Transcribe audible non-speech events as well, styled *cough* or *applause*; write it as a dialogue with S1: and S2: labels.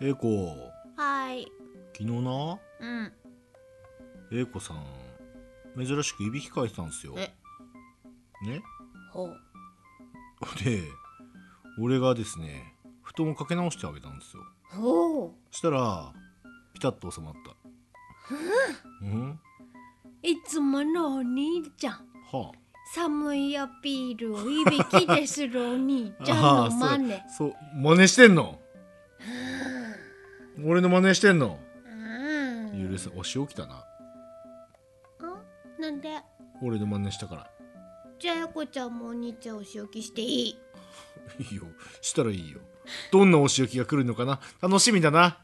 S1: えいこ
S2: はい
S1: 昨日な
S2: うん
S1: えいこさん珍しくいびきかいてたんですよ
S2: え
S1: ね *laughs*
S2: ほう
S1: で俺がですね布団をかけ直してあげたんですよ
S2: ほう
S1: したらピタッと収まったうん
S2: いつものお兄ちゃん
S1: はあ
S2: 寒いアピールをいびきでするお兄ちゃんの真似
S1: あーそうそう真似してんの俺の真似してんの
S2: うん
S1: 許せお仕置きだな
S2: あなんで
S1: 俺の真似したから
S2: じゃあやこちゃんもお兄ちゃんお仕置きしてい *laughs* い
S1: いいよしたらいいよどんなお仕置きが来るのかな楽しみだな